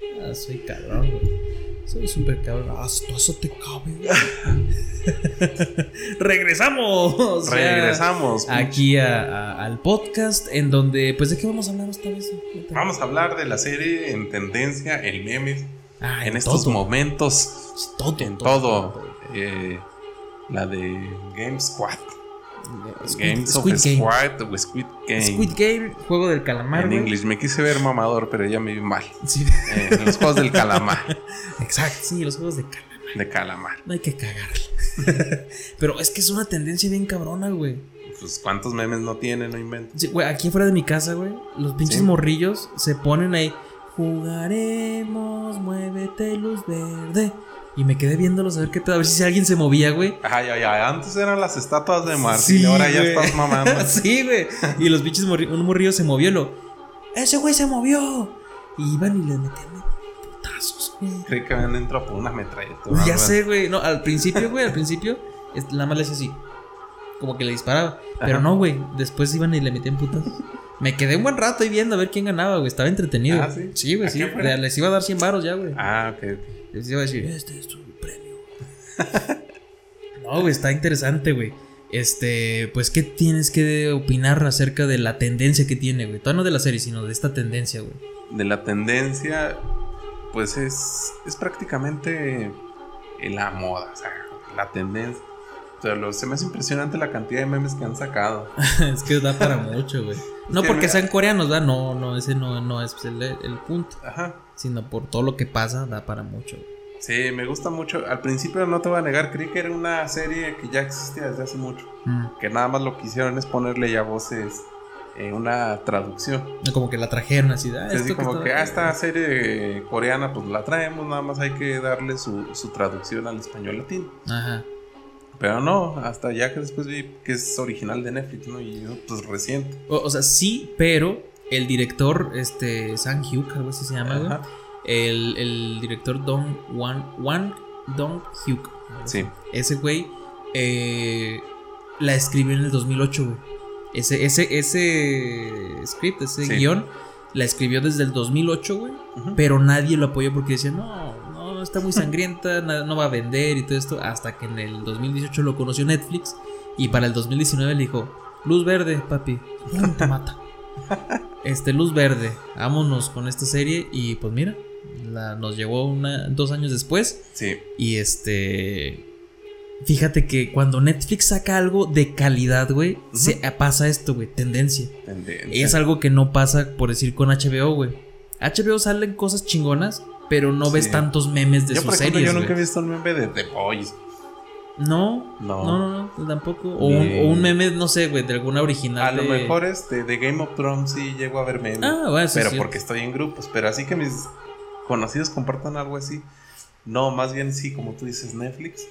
Ah, soy cabrón, güey. Soy súper cabrón. Ah, esto- eso te cabe. güey. Regresamos. o sea, Regresamos. Aquí a- a- al podcast en donde, pues, ¿de qué vamos a hablar esta vez? Vamos a hablar de la serie en tendencia, el memes, Ah, en estos todo. momentos, Todo, en todo, todo. Eh, la de Game Squad, todo. Games of Squid Game. Squad o Squid Game. Squid Game, juego del calamar. en güey. inglés me quise ver mamador, pero ya me vi mal. Sí, Eh, en los juegos del calamar, exacto. Sí, los juegos de calamar. de calamar. No hay que cagarle. Pero es que es una tendencia bien cabrona, güey. Pues cuántos memes no tiene, no invento. Sí, güey, aquí afuera de mi casa, güey, los pinches Sí. morrillos se ponen ahí. Jugaremos, muévete, luz verde. Y me quedé viéndolos a ver qué pedo, a ver si alguien se movía, güey. Ay, ay, ay, antes eran las estatuas de Martín, Sí, ahora ya güey. estás mamando. sí, güey. Y los pinches morri- un morrillo se movió, y lo. ¡Ese güey se movió! Y iban y le metían putazos, güey. Creí que habían entrado por una metralletas. ya sé, güey. No, al principio, güey, al principio, es- nada más le hacía así. Como que le disparaba. Pero Ajá. no, güey. Después iban y le metían putas. Me quedé un buen rato ahí viendo a ver quién ganaba, güey. Estaba entretenido. Ah, ¿sí? güey, ¿A sí. qué fue? Les iba a dar 100 varos ya, güey. Ah, ok, ok. Les iba a decir, este es un premio. no, güey, está interesante, güey. Este, pues, ¿qué tienes que opinar acerca de la tendencia que tiene, güey? Todavía no de la serie, sino de esta tendencia, güey. de la tendencia, pues es, es prácticamente la moda, o sea, la tendencia. O sea, lo- se me hace impresionante la cantidad de memes que han sacado. es que da para mucho, güey. No que porque me- sean coreanos, ¿verdad? No, no, ese no, no es el, el punto. Ajá. Sino por todo lo que pasa, da para mucho. güey. Sí, me gusta mucho. Al principio no te voy a negar, creí que era una serie que ya existía desde hace mucho. Mm. Que nada más lo que hicieron es ponerle ya voces eh, una traducción. Como que la trajeron así. Ah, Es así esto como está- que, ah, esta serie coreana, pues la traemos, nada más hay que darle su, su traducción al español latino. Ajá. Pero no, hasta ya que después vi que es original de Netflix, ¿no? Y yo, pues reciente. O, o sea, sí, pero el director, este, Sang Hyuk, algo así se llama, güey. Ajá. El, el director Don Wan, Wan Dong Hyuk. Sí. Ese güey eh, la escribió en el 2008, güey. Ese, ese, ese script, ese Sí. guión, la escribió desde el 2008, güey. Ujú. Pero nadie lo apoyó porque decía, no, no, está muy sangrienta, na- no va a vender y todo esto. Hasta que en el 2018 lo conoció Netflix y para el 2019 le dijo, luz verde, papi, ¡pum! te mata. Este, luz verde, vámonos con esta serie y pues mira, la, nos llegó una, dos años después Sí. y este... Fíjate que cuando Netflix saca algo de calidad, güey, se pasa esto, güey, tendencia. tendencia. Es algo que no pasa, por decir, con HBO, güey. HBO salen cosas chingonas, pero no ves Sí. tantos memes de yo, por sus ejemplo, series. yo nunca he güey. visto un meme de The Boys. No, No. no, no, no, tampoco. O, Ni- un, o un meme, no sé, güey, de alguna original. A lo de- mejor este, de Game of Thrones sí llego a ver memes. Ah, bueno, sí, pero sí. porque estoy en grupos. Pero así que mis conocidos compartan algo así. No, más bien sí, como tú dices, Netflix. Es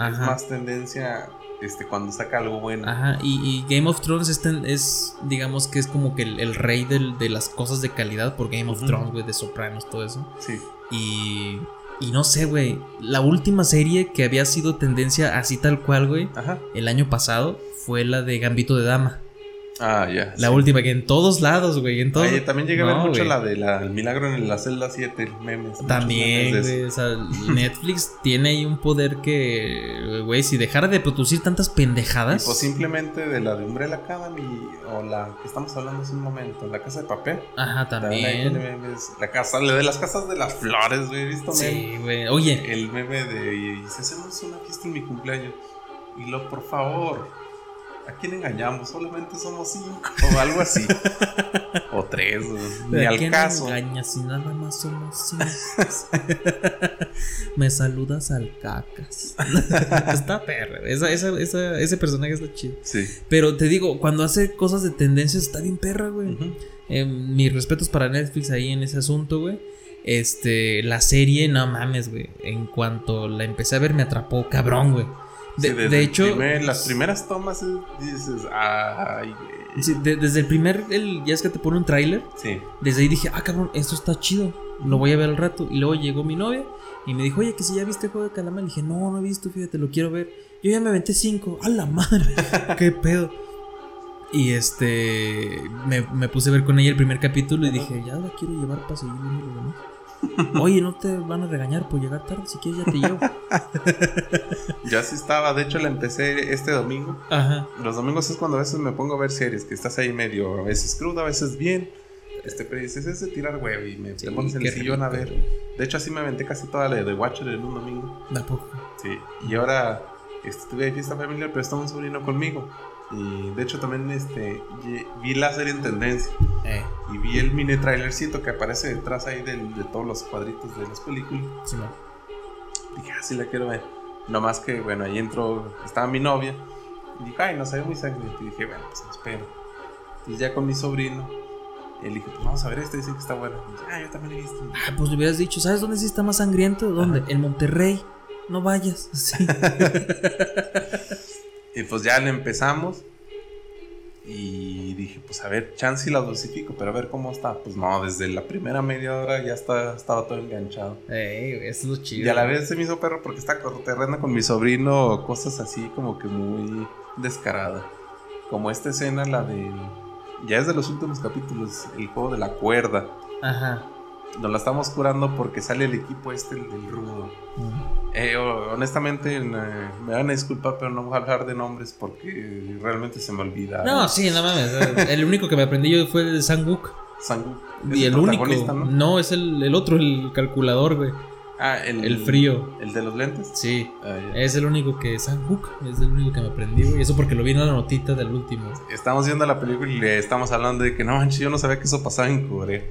Ajá. más tendencia este, cuando saca algo bueno. Ajá, y, y Game of Thrones es, ten- es, digamos que es como que el, el rey del- de las cosas de calidad por Game of Ujú. Thrones, güey, de Sopranos, todo eso. Sí. Y, y no sé, güey, la última serie que había sido tendencia así tal cual, güey, Ajá. el año pasado fue la de Gambito de Dama. Ah, ya. La sí. última que en todos lados, güey, en todo- Oye, también llegué a No, ver mucho güey. la de la, el milagro en la celda 7, memes. muchos memes También, de eso. güey, o sea, Netflix tiene ahí un poder que, güey, si dejara de producir tantas pendejadas. Tipo simplemente de la de Umbrella Academy o la que estamos hablando hace un momento, la casa de papel. Ajá, También hay también. memes. La casa, la de las casas de las flores, güey. ¿He visto meme? Eh, Sí, güey. Oye, El meme de y si hacemos una fiesta en mi cumpleaños. Y lo, por favor, ¿a quién engañamos? Solamente somos cinco. O algo así. o tres, güey. Ni ¿a al quién caso. engañas si nada más somos cinco? Me saludas al cacas. está perra. güey. Esa, esa, esa- ese personaje está chido. Sí. Pero te digo, cuando hace cosas de tendencias está bien perra, güey. Ujú. Eh, mis respetos para Netflix ahí en ese asunto, güey. Este, la serie, no mames, güey. En cuanto la empecé a ver, me atrapó, cabrón, güey. De, Sí, desde de el hecho, primer- las primeras tomas eh, dices, ay, güey. sí, de- desde el primer, el, ya es que te pone un tráiler, Sí. desde ahí dije, ah, cabrón, esto está chido, lo voy a ver al rato. Y luego llegó mi novia y me dijo, oye, que si ya viste el juego de calamar. Le dije, no, no he visto, fíjate, lo quiero ver. Yo ya me aventé cinco, a la madre, qué pedo. Y este, me, me puse a ver con ella el primer capítulo y Ajá. dije, ya la quiero llevar para seguir viendo lo demás. Oye, no te van a regañar por llegar tarde, si quieres ya te llevo. Yo así estaba, de hecho la empecé este domingo. Ajá. Los domingos es cuando a veces me pongo a ver series, que estás ahí medio, a veces crudo, a veces bien. Este, pero dices, es de tirar huevo y me Sí, te pones en qué el sillón a rico. ver. De hecho así me aventé casi toda la de The Watcher en un domingo. ¿A poco? Sí, y ahora este, tuve fiesta familiar, pero está un sobrino conmigo. Y de hecho también este, ye- vi la serie en tendencia. Eh, Y vi el mini trailercito que aparece detrás ahí del- de todos los cuadritos de las películas. sí, no. Dije, ah, sí la quiero ver. Nomás que, bueno, ahí entró, estaba mi novia. Y dije, ay, no se ve muy sangriento. Y dije, bueno, pues me espero. Y ya con mi sobrino, él dije, pues vamos a ver este, dicen que está bueno. Y dije, ah, yo también he visto. Ah, pues le hubieras dicho, ¿sabes dónde sí está más sangriento? ¿Dónde? En Monterrey. No vayas. Sí. Y pues ya le empezamos. Y dije, pues a ver, chance y la dulcifico, pero a ver cómo está. Pues no, desde la primera media hora ya está, estaba todo enganchado. Ey, eso es lo chido. Y a la vez se me hizo perro porque está correterrando con mi sobrino cosas así como que muy descarada. Como esta escena, la de... Ya es de los últimos capítulos, el juego de la cuerda. Ajá. Nos la estamos curando porque sale el equipo este, el del rudo. Eh, o- honestamente, en, eh, me van a disculpar, pero no voy a hablar de nombres porque realmente se me olvida. No, sí, no mames. El único que me aprendí yo fue el de Sanguk. Sangu- es Y el único. mm, protagonista, ¿no? ¿no? es el, el otro, el calculador, güey. Ah, el, El frío. El de los lentes. Sí. Ah, ya. Es el único que. Sanguk es el único que me aprendí, güey. Eso porque lo vi en la notita del último. Estamos viendo la película y le estamos hablando de que no manches, yo no sabía que eso pasaba en Corea.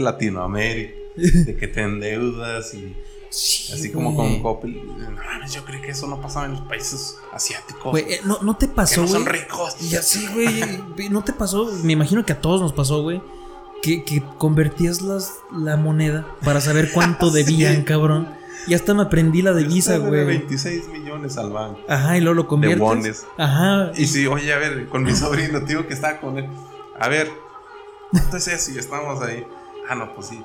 Latinoamérica, de que te endeudas y Sí, así como güey. con Coppel. No mames, yo creí que eso no pasaba en los países asiáticos. Güey, eh, ¿no, ¿no te que pasó, no güey? son ricos. Ya sí, güey. eh, ¿No te pasó? Me imagino que a todos nos pasó, güey. Que, que convertías las, la moneda para saber cuánto Sí. debían, cabrón. Y hasta me aprendí la divisa, Usted debe güey. 26 millones al banco Ajá, y luego lo de conviertes. bones. Ajá. Y sí, oye, a ver, con mi sobrino, tío, que estaba con él. A ver, ¿cuánto es eso? Y estábamos ahí. Ah, no, pues sí.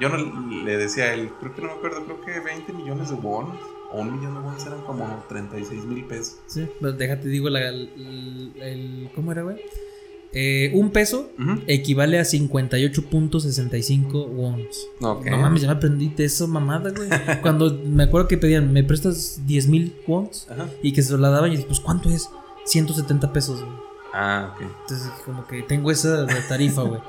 Yo no le decía a él, creo que no me acuerdo, creo que 20 millones de bonos o un millón de bonos eran como 36 mil pesos. Sí, pero déjate, digo, la, el, el- ¿cómo era, güey? Eh, un peso equivale a 58.65 wons. Ok. No mames, ya me aprendí de esa mamada, güey. Cuando me acuerdo que pedían, ¿me prestas 10.000 wons? Ajá. Y que se la daban y dije, pues ¿cuánto es? 170 pesos, güey. Ah, ok. Entonces, como que tengo esa tarifa, güey.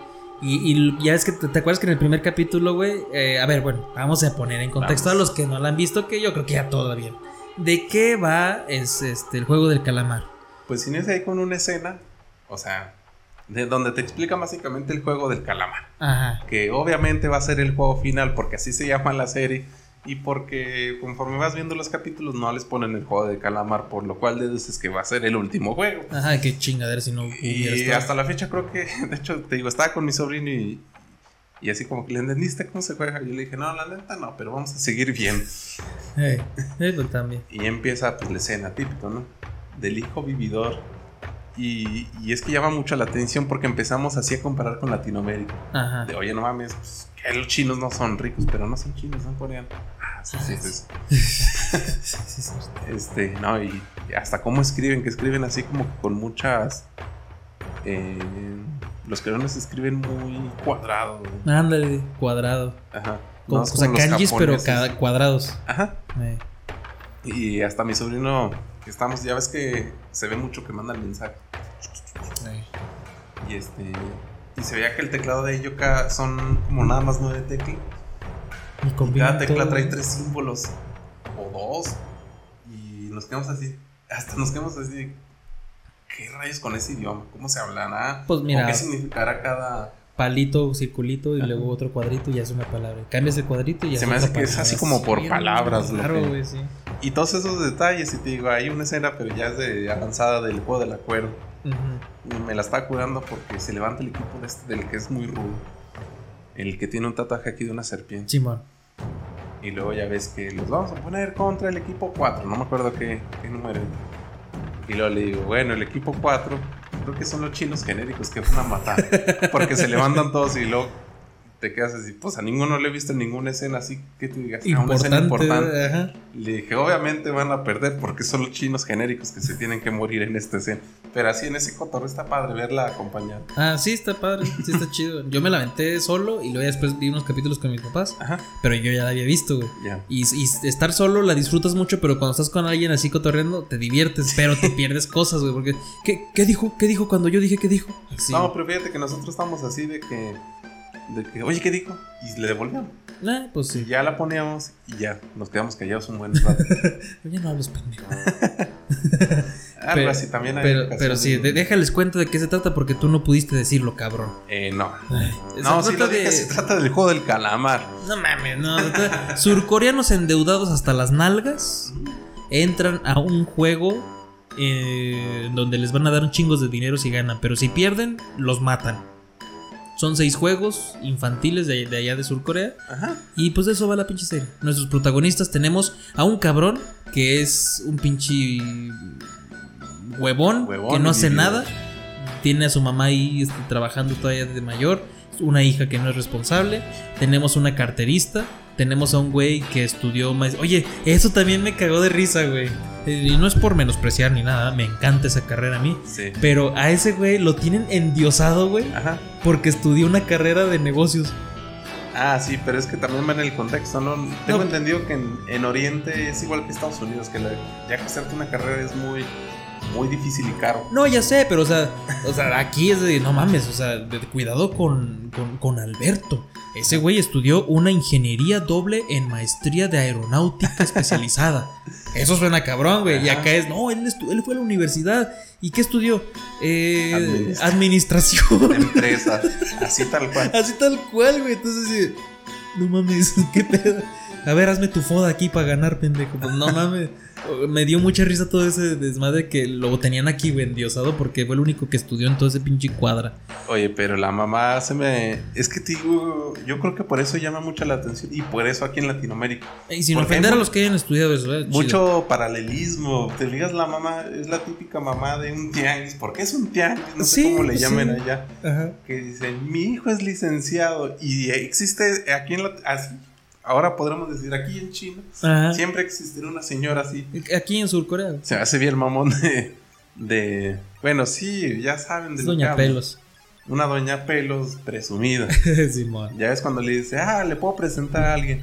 Y, y ya es que te, te acuerdas que en el primer capítulo, güey, eh, a ver, bueno, vamos a poner en contexto Vamos. a los que no la han visto, que yo creo que ya todo bien. ¿De qué va es, este, el juego del calamar? Pues inicia ahí con una escena, o sea, de donde te explica básicamente el juego del calamar. Ajá. Que obviamente va a ser el juego final porque así se llama la serie. Y porque conforme vas viendo los capítulos no les ponen el juego del calamar, por lo cual deduces que va a ser el último juego. Ajá, qué chingadera si no hubiera Y estado. hasta la fecha creo que, de hecho, te digo, estaba con mi sobrino y, y así como que le entendiste cómo se juega. Y yo le dije, no, la neta no, pero vamos a seguir bien. Eh, eh, pues también. Y empieza pues la escena típico, ¿no? Del hijo vividor. Y, y es que llama mucho la atención porque empezamos así a comparar con Latinoamérica. Ajá. De, oye, no mames, pues, que los chinos no son ricos, pero no son chinos, son coreanos. Ah, sí, sí, sí. Este, no, y hasta cómo escriben, que escriben así como que con muchas... eh, los coreanos escriben muy cuadrado. güey. Ándale, cuadrado. Ajá. Con, No o es sea, como los kanjis, pero japoneses. cada, cuadrados. Ajá. Eh. Y hasta mi sobrino, que estamos, ya ves que se ve mucho que mandan mensaje. eh. Y este. Y se veía que el teclado de Yoka son como nada más nueve teclas. Y Y cada combinan tecla todo. trae tres símbolos. O dos. Y nos quedamos así. Hasta nos quedamos así. ¿Qué rayos con ese idioma? ¿Cómo se hablará? Pues ¿O mira, ¿Qué significará cada.? palito, circulito y Ajá. luego otro cuadrito y ya es una palabra. Cambias de cuadrito y ya Se es me hace otra que es palabra. así como por Sí, palabras, lo Claro, que- güey, sí. Y todos esos detalles. Y te digo, hay una escena, pero ya es de avanzada del juego del acuerdo. Ujú. Y me la está curando porque se levanta el equipo de este, del que es muy rudo. El que tiene un tatuaje aquí de una serpiente. Simón. Y luego ya ves que los vamos a poner contra el equipo 4. No me acuerdo qué, qué número. era. Y luego le digo, bueno, el equipo 4, creo que son los chinos genéricos que van a matar. Porque se levantan todos y luego te quedas así, pues a ninguno le he visto ninguna escena así que tú digas, "Ah, una Importante. escena importante. ajá. Le dije, obviamente van a perder porque son los chinos genéricos que se tienen que morir en esta escena. Pero así en ese cotorreo está padre verla acompañada. Ah, sí, está padre, sí está chido. Yo me la aventé solo y luego ya después vi unos capítulos con mis papás, Ajá, pero yo ya la había visto, güey. ya. Y, y estar solo la disfrutas mucho, pero cuando estás con alguien así cotorreando, te diviertes, pero te pierdes cosas, güey. Porque, ¿qué, ¿qué dijo? ¿Qué dijo cuando yo dije qué dijo? Así, No, pero fíjate que nosotros estamos así de que, de que, oye, ¿qué dijo? Y le devolvíamos. nah, pues sí. Y ya la poníamos y ya, nos quedamos callados un buen rato. Oye, no hablas pendejo. Algo Pero- así también hay Pero, ocasiones pero sí, donde- de- déjales cuenta de qué se trata porque tú no pudiste decirlo, cabrón. Eh, no. Ay, No, se sí trata lo dije, de- se trata del juego del calamar. No mames, no. se trata- Surcoreanos endeudados hasta las nalgas entran a un juego eh, donde les van a dar un chingos de dinero si ganan, pero si pierden, los matan. Son seis juegos infantiles de, de allá de Surcorea. Ajá. Y pues de eso va la pinche serie. Nuestros protagonistas tenemos a un cabrón que es un pinche huevón, Huevón, que no hace individuo. nada. Tiene a su mamá ahí este, trabajando todavía de mayor. Una hija que no es responsable. Tenemos una carterista. Tenemos a un güey que estudió más. Oye, eso también me cagó de risa, güey. Eh, Y no es por menospreciar ni nada. Me encanta esa carrera a mí. Sí. Pero a ese güey lo tienen endiosado, güey. Ajá. Porque estudió una carrera de negocios. Ah, sí, pero es que también va en el contexto, ¿no? Tengo No. entendido que en, en Oriente es igual que Estados Unidos, que la, ya que hacerte una carrera es muy, muy difícil y caro. No, ya sé, pero o sea, o sea, aquí es de no mames, o sea, de- de cuidado con, con- con Alberto. Ese güey estudió una ingeniería doble en maestría de aeronáutica especializada. Eso suena cabrón, güey. Y Ajá. acá es, no, él, estu- él fue a la universidad. ¿Y qué estudió? Eh, Administra- administración. De empresa, así tal cual. Así tal cual, güey. Entonces, sí, no mames, qué pedo. A ver, hazme tu foda aquí para ganar, pendejo. Pues no mames. Me dio mucha risa todo ese desmadre que lo tenían aquí, güey, endiosado, porque fue el único que estudió en todo ese pinche cuadra. Oye, pero la mamá se me. Es que, tío, yo creo que por eso llama mucho la atención y por eso aquí en Latinoamérica. Y sin Porque ofender hay a mu- los que hayan estudiado eso, ¿eh? Chido. Mucho paralelismo. Te digas la mamá, es la típica mamá de un tianguis. ¿Por qué es un tianguis? No Sí, sé cómo le pues, llamen sí. allá. Ajá. Que dice, mi hijo es licenciado. Y existe aquí en la. así- ahora podremos decir, aquí en China, Ajá. siempre existirá una señora así. Aquí en Surcorea. Se hace bien mamón de. de- bueno, sí, ya saben de Es lo que Doña hablo. Pelos. Una doña pelos presumida. Simón. Ya es cuando le dice, ah, le puedo presentar a alguien.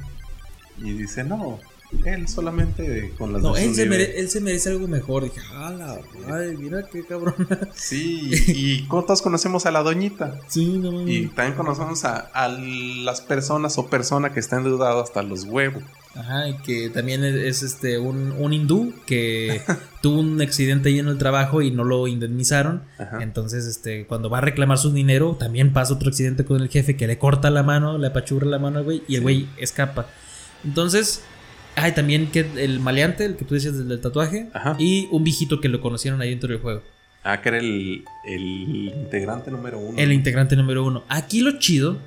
Y dice, no, él solamente con las No, de su él se, nivel". mere- él se merece algo mejor. Dije, ala, ay, mira qué cabrón. Sí, y con- todos conocemos a la doñita. Sí, no mames. Y también conocemos a, a las personas o persona que está endeudado hasta los huevos. Ajá, y que también es, es, este un, un hindú que tuvo un accidente ahí en el trabajo y no lo indemnizaron. Ajá. Entonces, este, cuando va a reclamar su dinero, también pasa otro accidente con el jefe que le corta la mano, le apachurra la mano al güey y el Sí. güey escapa. Entonces, ay, también que el maleante, el que tú decías del, del tatuaje, Ajá. y un viejito que lo conocieron ahí dentro del juego. Ah, que era el, el integrante número uno. El integrante número uno. Aquí lo chido.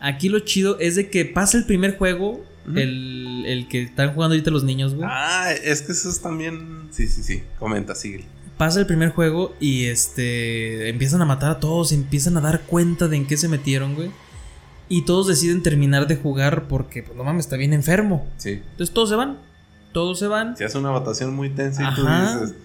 Aquí lo chido es de que pasa el primer juego. Ujú. el, el que están jugando ahorita los niños, güey. Ah, es que eso es también. Sí, sí, sí. Comenta, sigue. Pasa el primer juego y este empiezan a matar a todos, empiezan a dar cuenta de en qué se metieron, güey. Y todos deciden terminar de jugar porque, pues no mames, está bien enfermo. Sí. Entonces todos se van, todos se van. Si hace una votación muy tensa y Ajá. tú dices.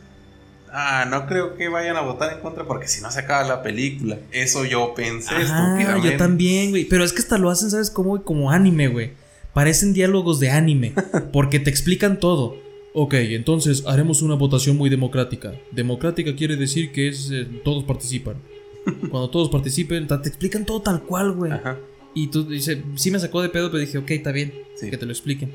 Ah, no creo que vayan a votar en contra porque si no se acaba la película. Eso yo pensé Ajá, estúpidamente. yo también, güey. Pero es que hasta lo hacen, ¿sabes cómo? güey? Como anime, güey. Parecen diálogos de anime porque te explican todo. Ok, entonces haremos una votación muy democrática. Democrática quiere decir que es eh, todos participan. Cuando todos participen, ta- te explican todo tal cual, güey. Ajá. Y tú dices, sí me sacó de pedo, pero dije, ok, está bien, Sí. que te lo expliquen.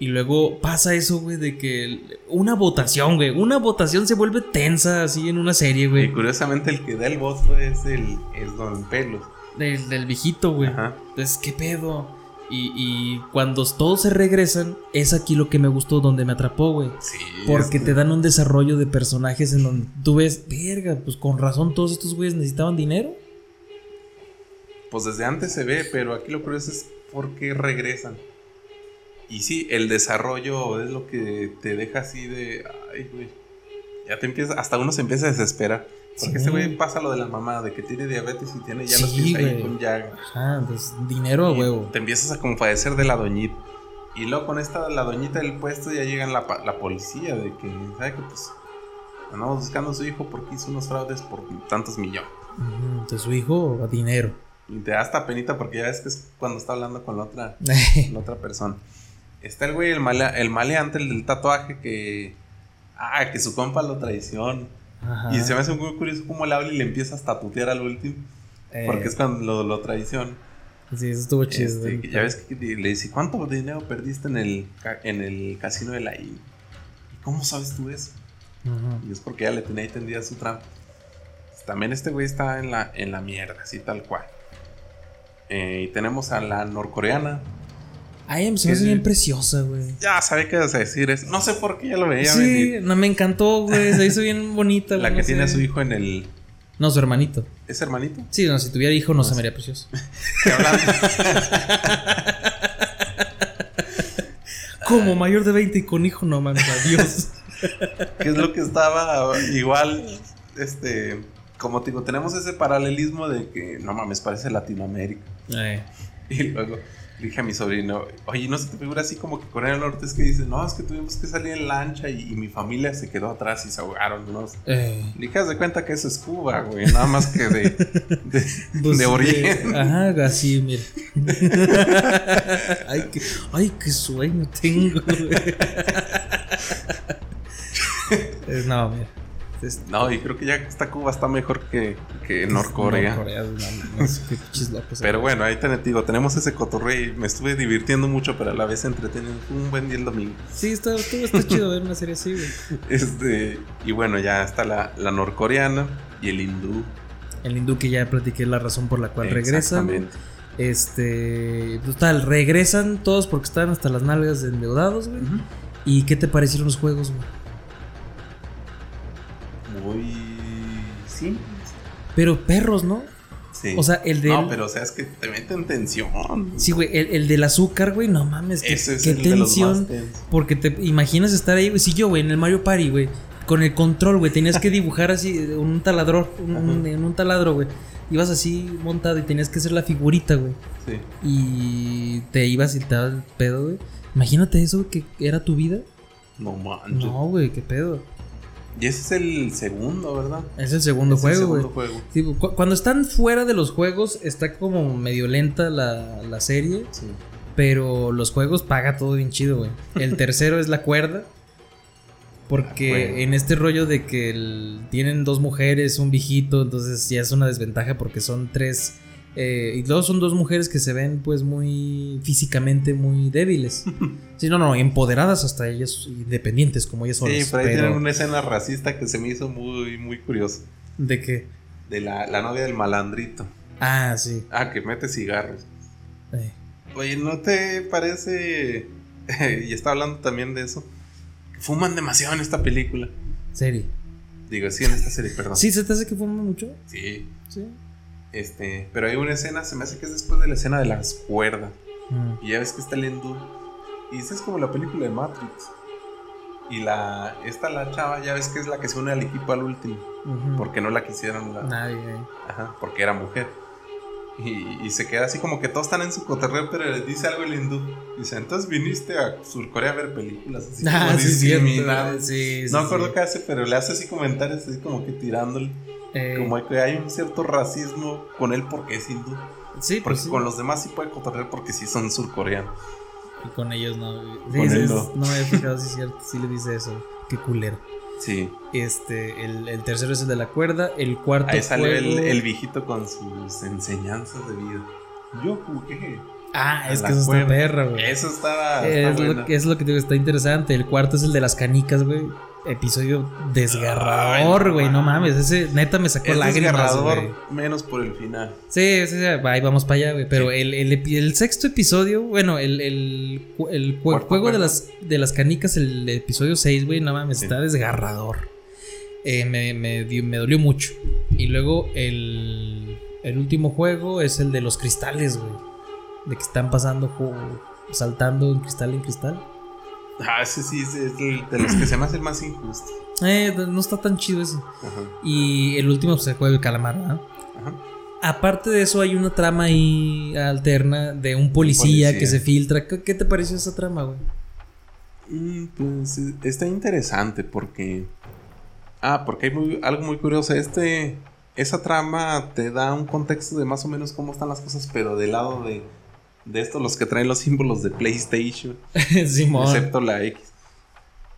Y luego pasa eso, güey, de que el- una votación, güey, una votación se vuelve tensa así en una serie, Y güey, curiosamente el que da el voto es el es Don Pelos. del, del viejito, güey. Ajá. Entonces, ¿qué pedo? Y, y cuando todos se regresan, es aquí lo que me gustó, donde me atrapó, güey. Sí. este, Porque es- te dan un desarrollo de personajes en donde tú ves, verga, pues con razón todos estos güeyes necesitaban dinero. Pues desde antes se ve, pero aquí lo curioso es por qué regresan. Y sí, el desarrollo es lo que te deja así de. Ay, güey. Ya te empieza. Hasta uno se empieza a desesperar. Porque Sí. ese güey pasa lo de la mamá, de que tiene diabetes y tiene ya los Sí, pies ahí güey. con llaga. Ajá, Ah, entonces dinero a Y huevo. Te empiezas a compadecer de la doñita. Y luego con esta, la doñita del puesto, ya llegan la, pa- la policía de que, ¿sabe qué? Pues andamos buscando a su hijo porque hizo unos fraudes por tantos millones. Ujú, Entonces su hijo, dinero. Y te da hasta penita porque ya ves que es cuando está hablando con la otra, la otra persona. Está el güey, el, male, el maleante, el del tatuaje que. Ah, que su compa lo traiciona. Ajá. Y se me hace muy curioso cómo le habla y le empieza hasta a tutear al último. Eh, Porque es cuando lo, lo traiciona. Sí, eso estuvo chido. Este, que ya ves que le dice, ¿cuánto dinero perdiste en el, ca- en el casino de la I? ¿Cómo sabes tú eso? Ujú. Y es porque ya le tenía ahí tendida su trampa. También este güey está en la, en la mierda, así tal cual. Eh, y tenemos a la norcoreana. Ay, se me hace Sí. bien preciosa, güey. Ya sabía qué ibas a decir eso. No sé por qué ya lo veía Sí, venir. no, me encantó, güey. Se hizo bien bonita, La güey, que no tiene a sé. su hijo en el... No, su hermanito. ¿Es hermanito? Sí, no, si tuviera hijo no se sé. me haría precioso. Que hablando- Como mayor de 20 y con hijo, no mames, adiós. que es lo que estaba igual, este, como te digo, tenemos ese paralelismo de que, no mames, parece Latinoamérica. Eh, Y luego le dije a mi sobrino, oye, ¿no se te figura así como que Corea del Norte es que dice, no, es que tuvimos que salir en lancha y, y mi familia se quedó atrás y se ahogaron, ¿no? eh, Le dije, haz de cuenta que eso es Cuba, güey, nada más que de, de, pues, de eh, origen. Ajá, así, mira. ay, qué, ay, qué sueño tengo, güey. Eh, no, mira. Este, No, y creo que ya esta Cuba está mejor que, que Norcorea. Norcorea, no, no sé qué pinches locos. Pero bueno, ahí te te digo, tenemos ese cotorreo y me estuve divirtiendo mucho, pero a la vez entretenido. Fue un buen día el domingo. Sí, está, estuvo- está chido ver una serie así, güey. Este, y bueno, ya está la, la norcoreana y el hindú. El hindú que ya platiqué la razón por la cual regresan. Exactamente. Este. Total, regresan todos porque están hasta las nalgas de endeudados, güey. ¿Y qué te parecieron los juegos, güey? Muy. Sí. Pero perros, ¿no? Sí. O sea, el de. no, pero o sea, es que te meten tensión. Sí, güey, el, el del azúcar, güey, no mames, qué, Ese es qué el de los tensión. más tensos. porque te imaginas estar ahí, güey. Sí, yo, güey, en el Mario Party, güey. Con el control, güey. Tenías que dibujar así eh, un taladro, un- un- Ajá. en un taladro, güey. Ibas así montado y tenías que hacer la figurita, güey. Sí. Y te ibas y te dabas el pedo, güey. Imagínate eso, que era tu vida. No manches. No, güey, qué pedo. Y ese es el segundo, ¿verdad? Es el segundo Es el juego, güey. segundo juego. Sí, cu- cuando están fuera de los juegos, está como medio lenta la, la serie. Sí. Pero los juegos paga todo bien chido, güey. El tercero es la cuerda. Porque La cuerda. en este rollo de que el- tienen dos mujeres, un viejito, entonces ya es una desventaja porque son tres. eh, y luego son dos mujeres que se ven, pues, muy físicamente muy débiles. Sí, no, no, empoderadas hasta ellas, independientes como ellas solas. Sí, por ahí pero tienen una escena racista que se me hizo muy, muy curiosa. ¿De qué? De la, la novia del malandrito. Ah, sí. Ah, que mete cigarros. eh. Oye, ¿no te parece? y está hablando también de eso. que Fuman demasiado en esta película. Serie. Digo, sí, en esta serie, perdón. ¿Sí se te hace que fuma mucho? Sí. Sí. Este, pero hay una escena, se me hace que es después de la escena de las cuerdas. Y ya ves que está el hindú. Y esa es como la película de Matrix. Y la, esta la chava, ya ves que es la que se une al equipo al último. Mm, Ujú. Porque no la quisieron, la- Nadie. eh. ajá, porque era mujer. Y, y se queda así como que todos están en su cotorreo, pero le dice algo el hindú. Dice, entonces viniste a Surcorea a ver películas. Así Ah, como sí, es cierto. discriminando. Sí, sí, No me acuerdo sí. qué hace, pero le hace así comentarios así como que tirándole. Eh, Como que hay un cierto racismo con él porque es hindú. sí, Porque pues sí. con los demás sí puede cotorrear porque sí son surcoreanos. Y con ellos no. Sí, Con sí, él es- no. no. me había fijado si es cierto. Sí le dice eso. Qué culero. Sí. Este, el, el tercero es el de la cuerda. El cuarto Ahí sale el, juego- el viejito con sus enseñanzas de vida. Yo jugué. Ah, es la que eso está cuerda. perra, güey. Eso estaba. está es, lo, buena. que- es lo que te digo, está interesante. El cuarto es el de las canicas, güey. Episodio desgarrador, Ay, Ah, no güey. No mames. mames. Ese neta me sacó Es lágrimas, desgarrador, güey. menos por el final. Sí, sí, sí, ahí vamos para allá, güey. Pero el, el epi- el sexto episodio, bueno, el, el, ju- el ju- Cuarto juego de juego. las, de las canicas, el episodio 6, güey, no mames, Sí. está desgarrador. Eh, me, me dio- me dolió mucho. Y luego el, el último juego es el de los cristales, güey. De que están pasando, ju- saltando en cristal en cristal. Ah, ese sí, ese es el de los que se me hace el más injusto. Eh, no está tan chido ese. Ajá. Y el último pues, el juego del calamar, ¿verdad? Ajá. Aparte de eso, hay una trama ahí alterna de un policía, policía. que se filtra. ¿Qué, qué te pareció esa trama, güey? Mm, Pues eh, está interesante porque. Ah, porque hay muy- algo muy curioso. Este. Esa trama te da un contexto de más o menos cómo están las cosas, pero del lado de. De estos, los que traen los símbolos de PlayStation, Simón. excepto la X.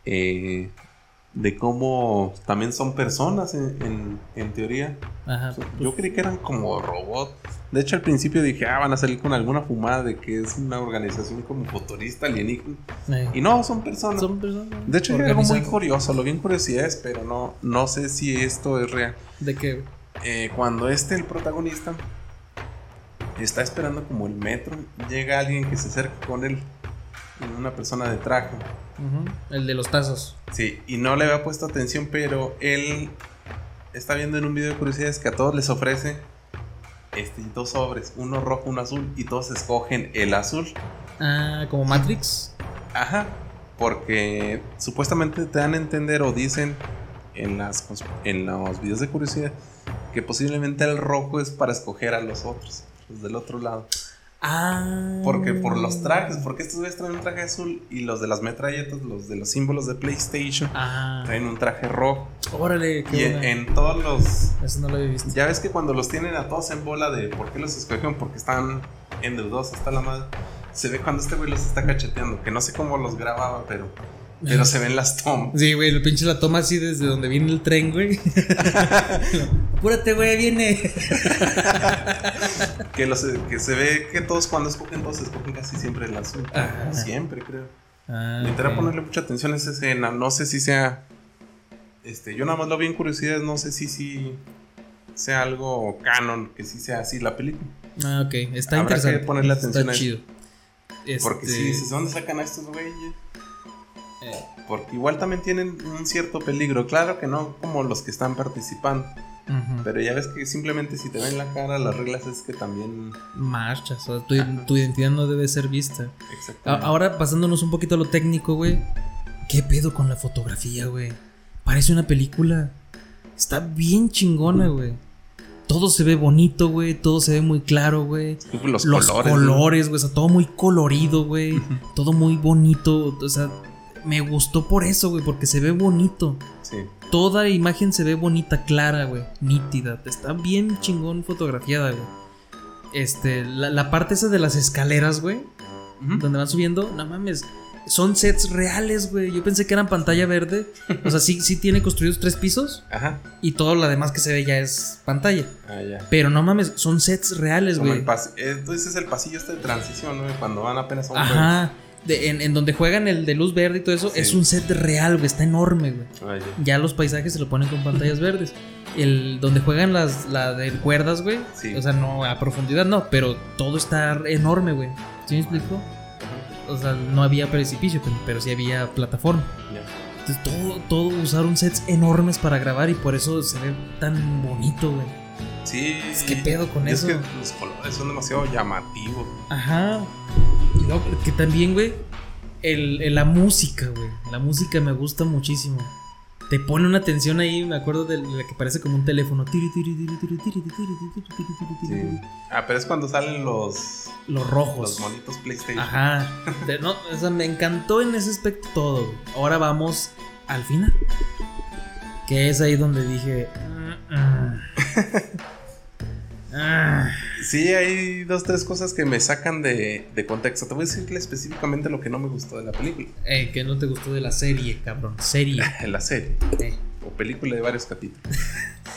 Eh, de cómo también son personas en, en- en teoría. Ajá. Yo creí que eran como robots. De hecho, al principio dije, ah, van a salir con alguna fumada de que es una organización como futurista alienígena. Eh, Y no, son personas. son personas De hecho, hay algo muy organizadas. curioso, lo vi en curiosidades, pero no, no sé si esto es real. ¿De qué? güey? Eh, cuando este, el protagonista, está esperando como el metro, llega alguien que se acerca con él, y una persona de traje. Ujú, El de los tazos. Sí, y no le había puesto atención, pero él está viendo en un video de curiosidades que a todos les ofrece este, dos sobres, uno rojo, uno azul, y todos escogen el azul. Ah, como Matrix. Ajá, porque supuestamente te dan a entender o dicen en, las, cons- en los videos de curiosidad que posiblemente el rojo es para escoger a los otros, los del otro lado. Ah. Porque por los trajes, porque estos güeyes traen un traje azul y los de las metralletas, los de los símbolos de PlayStation, Ah. traen un traje rojo. Órale, qué Y en, buena. en todos los... Eso no lo había visto. Ya ves que cuando los tienen a todos en bola de por qué los escogieron, porque están endeudados hasta la madre. Se ve cuando este güey los está cacheteando, que no sé cómo los grababa, pero... Pero se ven las tomas. Sí, güey, el pinche la toma así desde donde viene el tren, güey. Apúrate, güey, viene. Que, los, que se ve que todos cuando escogen, todos escogen casi siempre el azul. Ajá. Siempre, creo. Ah, Me enteré a ok. ponerle mucha atención a esa escena. No sé si sea. Este, yo nada más lo vi en curiosidades. No sé si, si sea algo canon, que sí sea así la película. Ah, ok. Está Habrá que interesante. ponerle atención Está a eso. chido. Este, Porque si dices, ¿dónde sacan a estos güeyes? eh, Porque igual también tienen un cierto peligro. Claro que no como los que están participando. ujú. Pero ya ves que simplemente si te ven la cara, las reglas es que también. Marchas. o sea, tu, Ajá. tu identidad no debe ser vista. A- Exactamente. Ahora, pasándonos un poquito a lo técnico, güey. ¿Qué pedo con la fotografía, güey? Parece una película. Está bien chingona, güey. Todo se ve bonito, güey. Todo se ve muy claro, güey. los, ah, los colores. colores, ¿no? güey. O sea, todo muy colorido, güey. Todo muy bonito. O sea, me gustó por eso, güey. Porque se ve bonito. Sí. Toda imagen se ve bonita, clara, güey. Nítida. Está bien chingón fotografiada, güey. Este, la, la parte esa de las escaleras, güey. Donde van subiendo. No mames. Son sets reales, güey. Yo pensé que eran pantalla verde. O sea, sí, sí tiene construidos tres pisos. Ajá. Y todo lo demás que se ve ya es pantalla. Ah, ya. Pero no mames, son sets reales, Como güey. el pas- Entonces es el pasillo este de transición, ¿no? Cuando van apenas a un Ajá. De- en, en donde juegan el de luz verde y todo eso, Sí. es un set real, güey. Está enorme, güey. juego. Ah, ya. Ya los paisajes se lo ponen con pantallas verdes. El donde juegan las la de cuerdas, güey. Sí. O sea, no a profundidad, no, pero todo está enorme, güey. ¿Sí me explico? O sea, no había precipicio, pero, pero sí había plataforma. Ya. Entonces, todo, todo usaron sets enormes para grabar y por eso se ve tan bonito, güey. Sí. Es que pedo con y es eso. que los colores son demasiado llamativos. Ajá. Y luego que también, güey, el, el- la música, güey. La música me gusta muchísimo. Te pone una tensión ahí, me acuerdo de la que parece como un teléfono. Tiri, tiri, tiri, tiri, tiri, tiri, tiri, tiri, tiri, tiri, tiri. Sí. Ah, pero es cuando salen los, Los los rojos. monitos PlayStation. Ajá. Te- no, o sea, me encantó en ese aspecto todo. güey. Ahora vamos al final. Que es ahí donde dije. "Mm, mm". Ah, Sí, hay dos, tres cosas que me sacan de, de contexto. Te voy a decir específicamente lo que no me gustó de la película, eh, que no te gustó de la serie, cabrón. Serie. de la serie eh. o película de varios capítulos.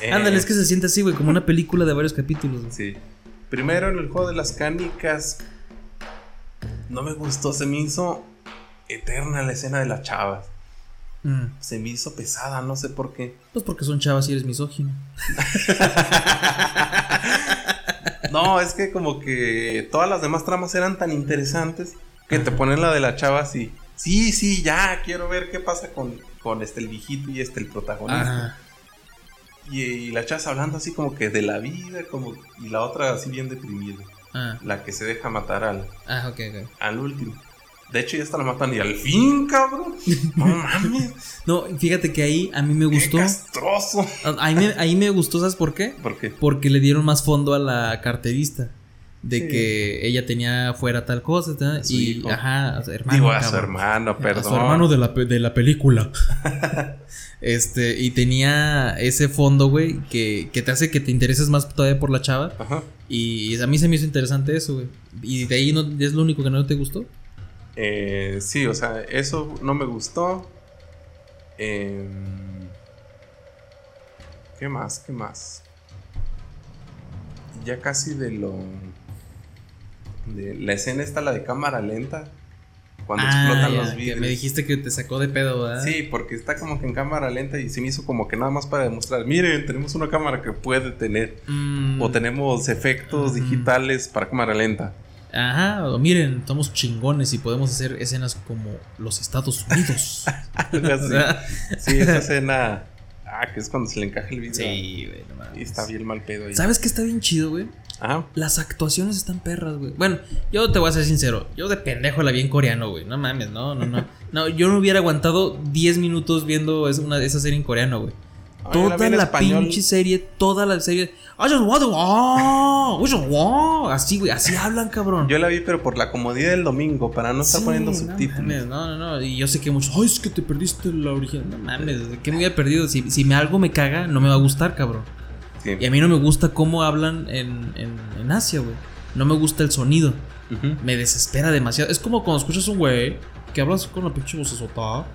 Eh, Ándale, es que se siente así, güey, como una película de varios capítulos. güey. Sí. Primero en el juego de las canicas. No me gustó, se me hizo eterna la escena de las chavas. Mm. Se me hizo pesada, no sé por qué. Pues porque son chavas y eres misógino. No, es que como que todas las demás tramas eran tan interesantes que te ponen la de las chavas y. Sí, sí, ya, quiero ver qué pasa con, con este el viejito y este el protagonista. Ajá. Y, y las chavas hablando así como que de la vida, como. Y la otra así bien deprimida. Ah, La que se deja matar al, ah, ok, ok. al último. De hecho, ya hasta lo matan y al fin, cabrón. No mames. No, fíjate que ahí a mí me Qué gustó. castroso. A- Ahí me, ahí me gustó, ¿sabes por qué? ¿Por qué? Porque le dieron más fondo a la carterista. De Sí. que ella tenía fuera tal cosa. ¿tá? A su Y, hijo. ajá, a su hermano. Digo, a su cabrón. hermano, A perdón. su hermano de la, pe- de la película. este, y tenía ese fondo, güey, que, que te hace que te intereses más todavía por la chava. Ajá. Y a mí se me hizo interesante eso, güey. Y de ahí no, es lo único que no te gustó. Eh, sí, o sea, eso no me gustó. Em, ¿Qué más? ¿Qué más? Ya casi de lo... De la escena está la de cámara lenta. Cuando explotan Ah, ya, los que vidrios. Me dijiste que te sacó de pedo, ¿verdad? Sí, porque está como que en cámara lenta y se me hizo como que nada más para demostrar, miren, tenemos una cámara que puede tener, Mm, o tenemos efectos Mm. digitales para cámara lenta. Ajá, o miren, somos chingones y podemos hacer escenas como los Estados Unidos. Algo O así. sea, Sí, esa escena, ah, que es cuando se le encaja el video. sí, güey, no mames. Y está bien mal pedo ahí. ¿Sabes qué está bien chido, güey? Ajá. Las actuaciones están perras, güey. Bueno, yo te voy a ser sincero. Yo de pendejo la vi en coreano, güey. No mames, no, no, no. No, yo no hubiera aguantado 10 minutos viendo es- una, esa serie en coreano, güey. Ay, vi Toda en la español. pinche serie, toda la serie. "I just want to- oh, I just want-" Así, güey, así hablan, cabrón. Yo la vi, pero por la comodidad del domingo, para no estar Sí, poniendo no subtítulos. mames, No, no, no. Y yo sé que muchos. Ay, es que te perdiste la original. No mames, que me hubiera perdido. Si, si me algo me caga, no me va a gustar, cabrón. Sí. Y a mí no me gusta cómo hablan en, en, en Asia, güey. No me gusta el sonido. Ujú. Me desespera demasiado. Es como cuando escuchas un güey que hablas con una pinche voz azotada.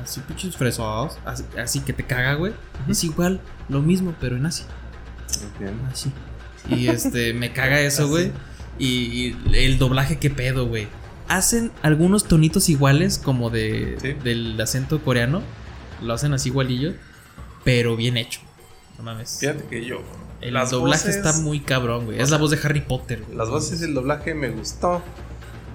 Así pinches fresadas. Así, así que te caga, güey. Es igual, lo mismo, pero en Asia. Entiendo. Así. Y este, me caga Ah, eso, güey. Y, y el doblaje, qué pedo, güey. Hacen algunos tonitos iguales, como de, Sí. del acento coreano. Lo hacen así igualillo, pero bien hecho. No mames. Fíjate que yo. El las doblaje voces- está muy cabrón, güey. Es la voz de Harry Potter, güey. Las voces y el doblaje me gustó.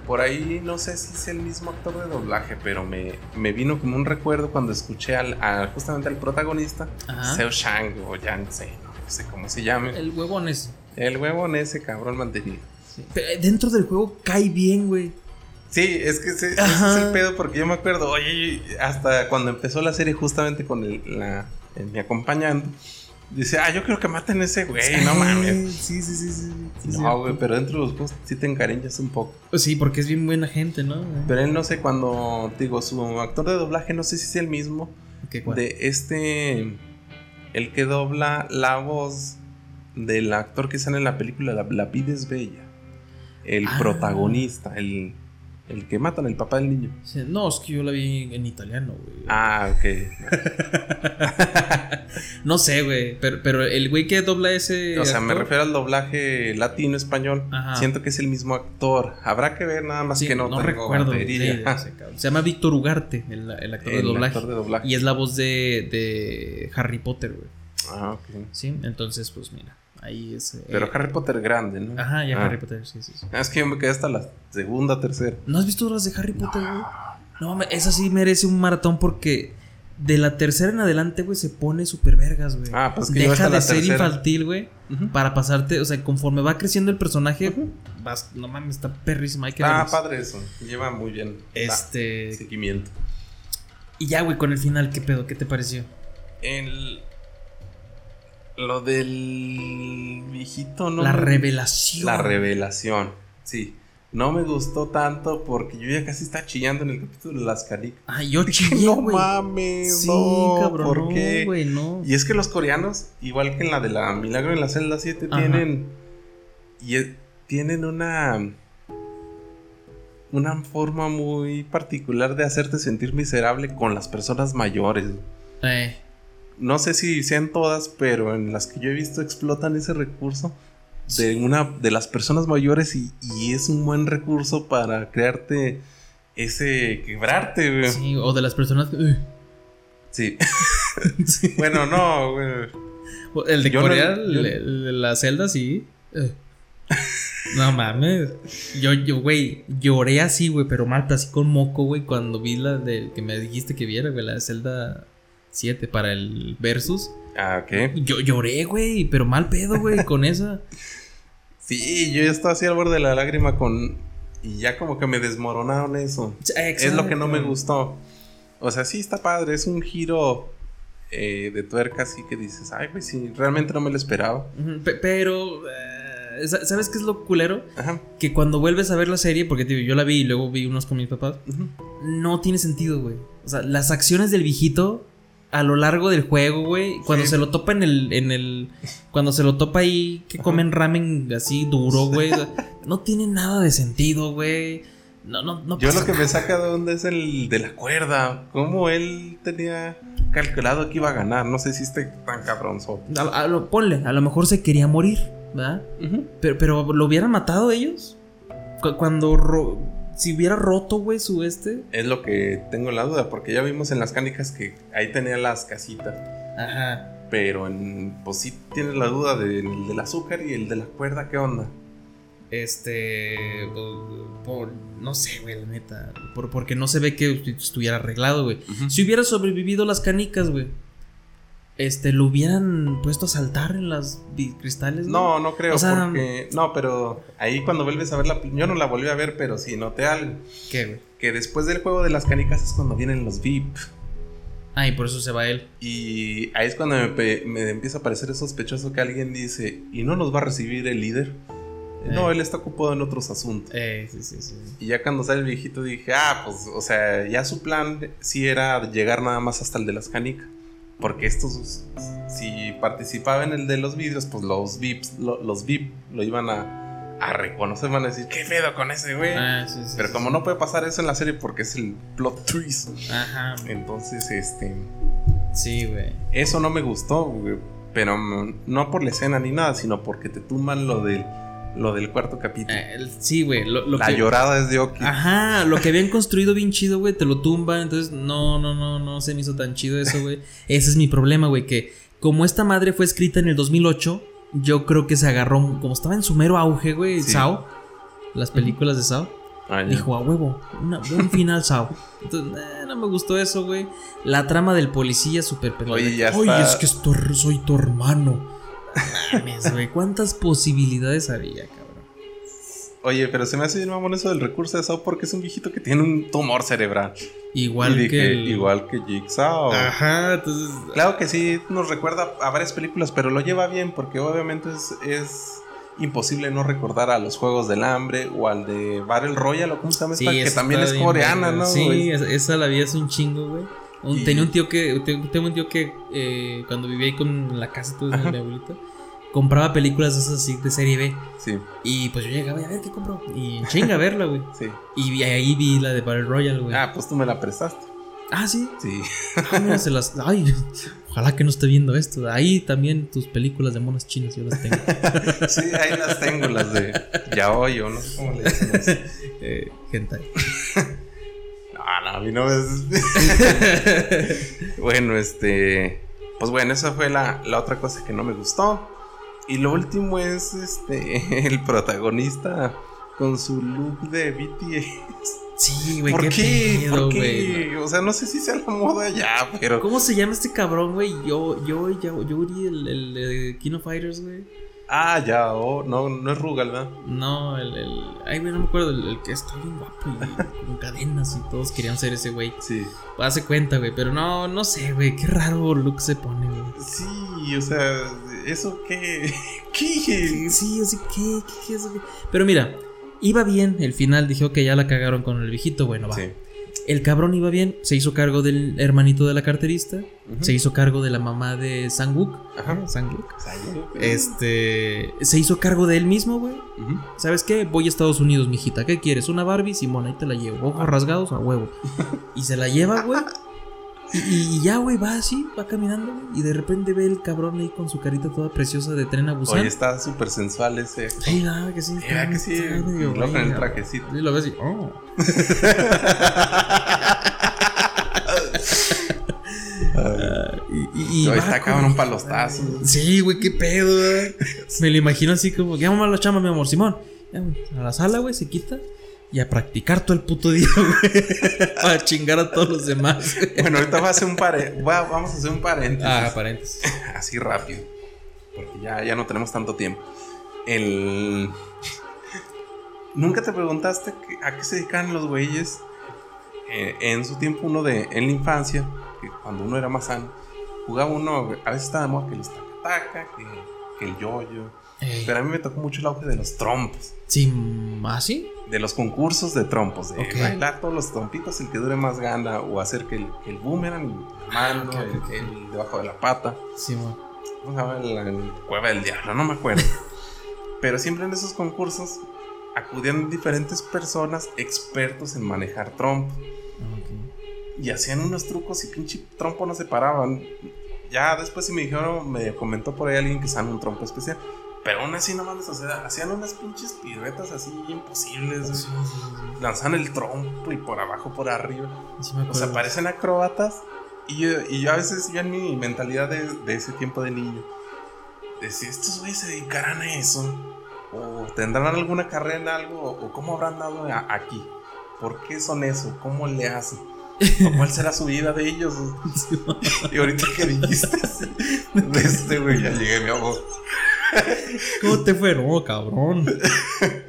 Por ahí no sé si es el mismo actor de doblaje, pero me, me vino como un recuerdo cuando escuché al, a- justamente al protagonista, Ajá. Seo Shang o Yangtze, no sé cómo se llame. Ah. El huevón es. El huevón ese cabrón mantenido. sí. Pero eh, dentro del juego cae bien, güey. Sí, es que ese, ese es Ajá. el pedo porque yo me acuerdo, oye, hasta cuando empezó la serie justamente con el, la, el- mi acompañante, dice, ah, yo creo que maten a ese güey, no mames. Sí, sí, sí, sí. sí, No, cierto. güey, pero dentro de los juegos sí te encariñas un poco. Sí, porque es bien buena gente, ¿no? Pero él no sé cuando, te digo, su actor de doblaje, no sé si es el mismo. ¿Qué cuál? De este, el que dobla la voz del actor que sale en la película La, La vida es bella. El Ah. protagonista, el, el que matan, el papá del niño. Sí, No, es que yo la vi en italiano, güey. Ah, ok. No sé, güey. Pero, pero el güey que dobla ese. O sea, me actor, refiero al doblaje latino-español. Ajá. Siento que es el mismo actor. Habrá que ver nada más sí, que no, no tengo recuerdo. batería. sí, ese cabrón. se llama Víctor Ugarte, el, el actor de El doblaje. actor de doblaje. Y es la voz de, de Harry Potter, güey. Ah, ok. Sí, entonces, pues mira. Ahí es. eh, Pero Harry Potter grande, ¿no? Ajá, ya Ah. Harry Potter, sí, sí, sí. Ah, Es que yo me quedé hasta la segunda, tercera. ¿No has visto las de Harry Potter, güey? No, mames, esa sí merece un maratón porque de la tercera en adelante, güey, se pone súper vergas, güey. Ah, pues que yo Deja hasta de la ser tercera. infantil, güey. Ujú. Para pasarte, o sea, conforme va creciendo el personaje, Ujú. vas, no mames, está perrísima. Hay que Ah, verlas. padre eso. Lleva muy bien. Este. la- seguimiento. Y ya, güey, con el final, ¿qué pedo? ¿Qué te pareció? El... Lo del viejito, ¿no? la me- revelación. La revelación. Sí. No me gustó tanto porque yo ya casi estaba chillando en el capítulo de las canicas. Ay, yo Dije, chillé, no güey. mames, sí, no, cabrón. ¿por no, qué? güey, no. Y es que los coreanos, igual que en la de la Milagro en la celda 7, Ajá. tienen. Y es- tienen una. Una forma muy particular de hacerte sentir miserable con las personas mayores. Eh, No sé si sean todas, pero en las que yo he visto explotan ese recurso de una de las personas mayores y, y es un buen recurso para crearte ese quebrarte, güey. sí, o de las personas. eh, Sí. sí. bueno, no, güey. El de Yo no- Corea, yo- el- el de la celda, sí. Eh. No mames. Yo, yo, güey, lloré así, güey, pero Marta, así con moco, güey, cuando vi la de que me dijiste que viera, güey, la de celda 7 para el Versus. Ah, ok. Yo lloré, güey, pero mal pedo, güey, con esa. Sí, yo ya estaba así al borde de la lágrima con Y ya como que me desmoronaron eso. Exacto. Es lo que no me gustó. O sea, sí está padre, es un giro eh, de tuerca así que dices, ay, pues sí, realmente no me lo esperaba. Ujú, pe- Pero, eh, sa- ¿sabes qué es lo culero? Ajá. Que cuando vuelves a ver la serie, porque te digo, yo la vi y luego vi unos con mis papás, ujú. no tiene sentido, güey. O sea, las acciones del viejito a lo largo del juego, güey, cuando Sí. se lo topa en el, en el, cuando se lo topa ahí que comen ramen así duro, güey, o sea, no tiene nada de sentido, güey. No, no, no. Yo pasa lo que nada. me saca de onda es el de la cuerda. Cómo él tenía calculado que iba a ganar. No sé si esté tan cabronzo. A- a lo- ponle, a lo mejor se quería morir, ¿verdad? Pero, pero lo hubieran matado ellos. Cu- Cuando ro- si hubiera roto, güey, su este. Es lo que tengo la duda, porque ya vimos en las cánicas que ahí tenía las casitas. Ajá. Pero en, pues sí tienes la duda del, del azúcar y el de la cuerda, ¿qué onda? Este. o- por- no sé, güey, la neta. Por- porque no se ve que estu- estuviera arreglado, güey. Si hubiera sobrevivido las canicas, güey. Este, lo hubieran puesto a saltar en las vi- cristales. güey? No, no creo, O sea, porque. No, pero ahí cuando vuelves a verla. Yo no la volví a ver, pero sí noté algo. ¿Qué, güey? Que después del juego de las canicas es cuando vienen los VIP. Ah, y por eso se va él. Y ahí es cuando me, pe- me empieza a parecer sospechoso que alguien dice, ¿y no nos va a recibir el líder? No, Eh. él está ocupado en otros asuntos. Eh, sí, sí, sí. Y ya cuando sale el viejito dije, ah, pues, o sea, ya su plan sí era llegar nada más hasta el de las canicas. Porque estos, si participaba en el de los vidrios, pues los VIPs, lo- los VIP lo iban a, a reconocer, van a decir, ¿qué pedo con ese güey? Ah, sí, sí. Pero sí, como sí. no pues, puede pasar eso en la serie porque es el plot twist, Ajá. entonces, este... Sí, güey. Eso no me gustó, güey, Pero mm, no por la escena ni nada, sino porque te tumban lo del, lo del cuarto capítulo. Eh, el- sí, güey. Lo, lo la que- Ah, llorada es de Oki. Ajá, lo que habían construido bien chido, güey, te lo tumban. Entonces, no, no, no, no se me hizo tan chido eso, güey. Ese es mi problema, güey, que como esta madre fue escrita en el 2008, yo creo que se agarró, como estaba en su mero auge, güey, Sí. Sao, las películas de Sao, Ah, ya. dijo a huevo, una- un final Sao. Entonces, eh, no me gustó eso, güey. La trama del policía súper Oye, pendeja. ya Oye, está. es que es tu her- soy tu hermano. Mames, güey, ¿cuántas posibilidades había, cabrón? Oye, pero se me hace bien mamón eso del recurso de Sao porque es un viejito que tiene un tumor cerebral. Igual y dije, que el- Ah. igual que Jigsaw. Ajá, entonces Claro que sí, nos recuerda a varias películas, pero lo lleva bien porque obviamente es, es imposible no recordar a los Juegos del Hambre o al de Battle Royale o cómo se llama esta, que esa también está es bien coreana, verga. ¿no? Sí, güey? esa, esa la vi hace un chingo, güey. Un- Y- Tenía un tío que. Tengo tengo un tío que eh, cuando vivía ahí con la casa todo de Ajá. mi abuelita, compraba películas de esas así de serie B. sí, Y pues yo llegaba y a ver qué compro. Y en chinga a verla, güey. sí. Y vi- ahí vi la de Battle Royale, güey. Ah, Ah, pues tú me la prestaste. sí. Sí. Ah, mira, se las. Ay, ojalá que no esté viendo esto. Ahí también tus películas de monas chinas yo las tengo. Sí, ahí las tengo, las de yaoi o no sé cómo le dicen. eso. eh, hentai. Ah, No, no, a mí no es... bueno, este... Pues bueno, esa fue la, la otra cosa que no me gustó. Y lo último es este el protagonista con su look de BTS. Sí, güey, ¿Por qué, qué? pedo, ¿Por güey. qué? O sea, no sé si sea la moda ya, pero... ¿Cómo se llama este cabrón, güey? Yo, yo, yo, Yuri, el, el, de King of Fighters, güey. Ah, ya, oh, no, no es Rugal, ¿verdad? No, el, el. Ay, güey, no me acuerdo. El, el que está bien guapo y con cadenas y todos querían ser ese güey. Sí. Hace cuenta, güey. Pero no, no sé, güey. Qué raro look se pone, güey. Sí, o sea, eso qué... ¿Qué? Sí, así que, ¿qué, qué es, güey? Pero mira, iba bien el final. Dije, ok, ya la cagaron con el viejito. Bueno, va. Sí. El cabrón iba bien. Se hizo cargo del hermanito de la carterista. Se hizo cargo de la mamá de Sangwook. Ajá. Sangwook. Es... Este. Se hizo cargo de él mismo, güey. ¿Sabes qué? Voy a Estados Unidos, mijita. ¿Qué quieres? Una Barbie, Simón, ahí te la llevo. Ojos rasgados a huevo. Y se la lleva, güey. Y, y ya, güey, va así, va caminando, güey. Y de repente ve el cabrón ahí con su carita toda preciosa de tren a Busan. Oye, está súper sensual ese. Sí, ah, que sí. Eh, ¿verdad que sí? está Y medio luego con el güey, trajecito. Y lo ves y, oh. Ah, y, y- y Oye, va está con- cabrón para los tazos. Sí, güey, qué pedo. güey. Me lo imagino así como, ya vamos a la chama, mi amor, Simón. Ya, güey, a la sala, güey, se quita. Y a practicar todo el puto día, güey. a chingar a todos los demás. güey. Bueno, ahorita va a hacer un pare... va- vamos a hacer un paréntesis. Ah, paréntesis. Así rápido. Porque ya, ya no tenemos tanto tiempo. El. ¿Nunca te preguntaste que- a qué se dedicaban los güeyes eh, en su tiempo uno de en la infancia, que cuando uno era más sano, jugaba uno, a veces estaba de moda que los taca que, que el yoyo, Ey, pero a mí me tocó mucho el auge de los trompos, Eh, sí, así. de los concursos de trompos, de Ok. bailar todos los trompitos, el que dure más gana, o hacer que el, que el boomerang, la mano, ok, el- Ah, ok. el debajo de la pata. Sí, mo. ¿Cómo se llama? La, la cueva del diablo, no me acuerdo. Pero siempre en esos concursos acudían diferentes personas expertos en manejar trompo. Ah, Ok. Y hacían unos trucos y pinche trompo no se paraban. Ya después sí me dijeron, me comentó por ahí alguien que usaban un trompo especial. Pero aún así no mames, o sea, hacían unas pinches piruetas así imposibles. Sí, sí, güey. sí, Lanzaban el trompo y por abajo, por arriba. sí. Sí me O sea, acuerdo. parecen acróbatas. Y yo, y yo a veces, yo en mi mentalidad de, de ese tiempo de niño, decía, ¿estos güeyes se dedicarán a eso? ¿O tendrán alguna carrera en algo? ¿O cómo habrán dado a- aquí? ¿Por qué son eso? ¿Cómo le hacen? ¿O cuál será su vida de ellos? Sí, mo. Y ahorita que dijiste, de este güey, ya llegué, mi amor. ¿Cómo te fue? No, cabrón.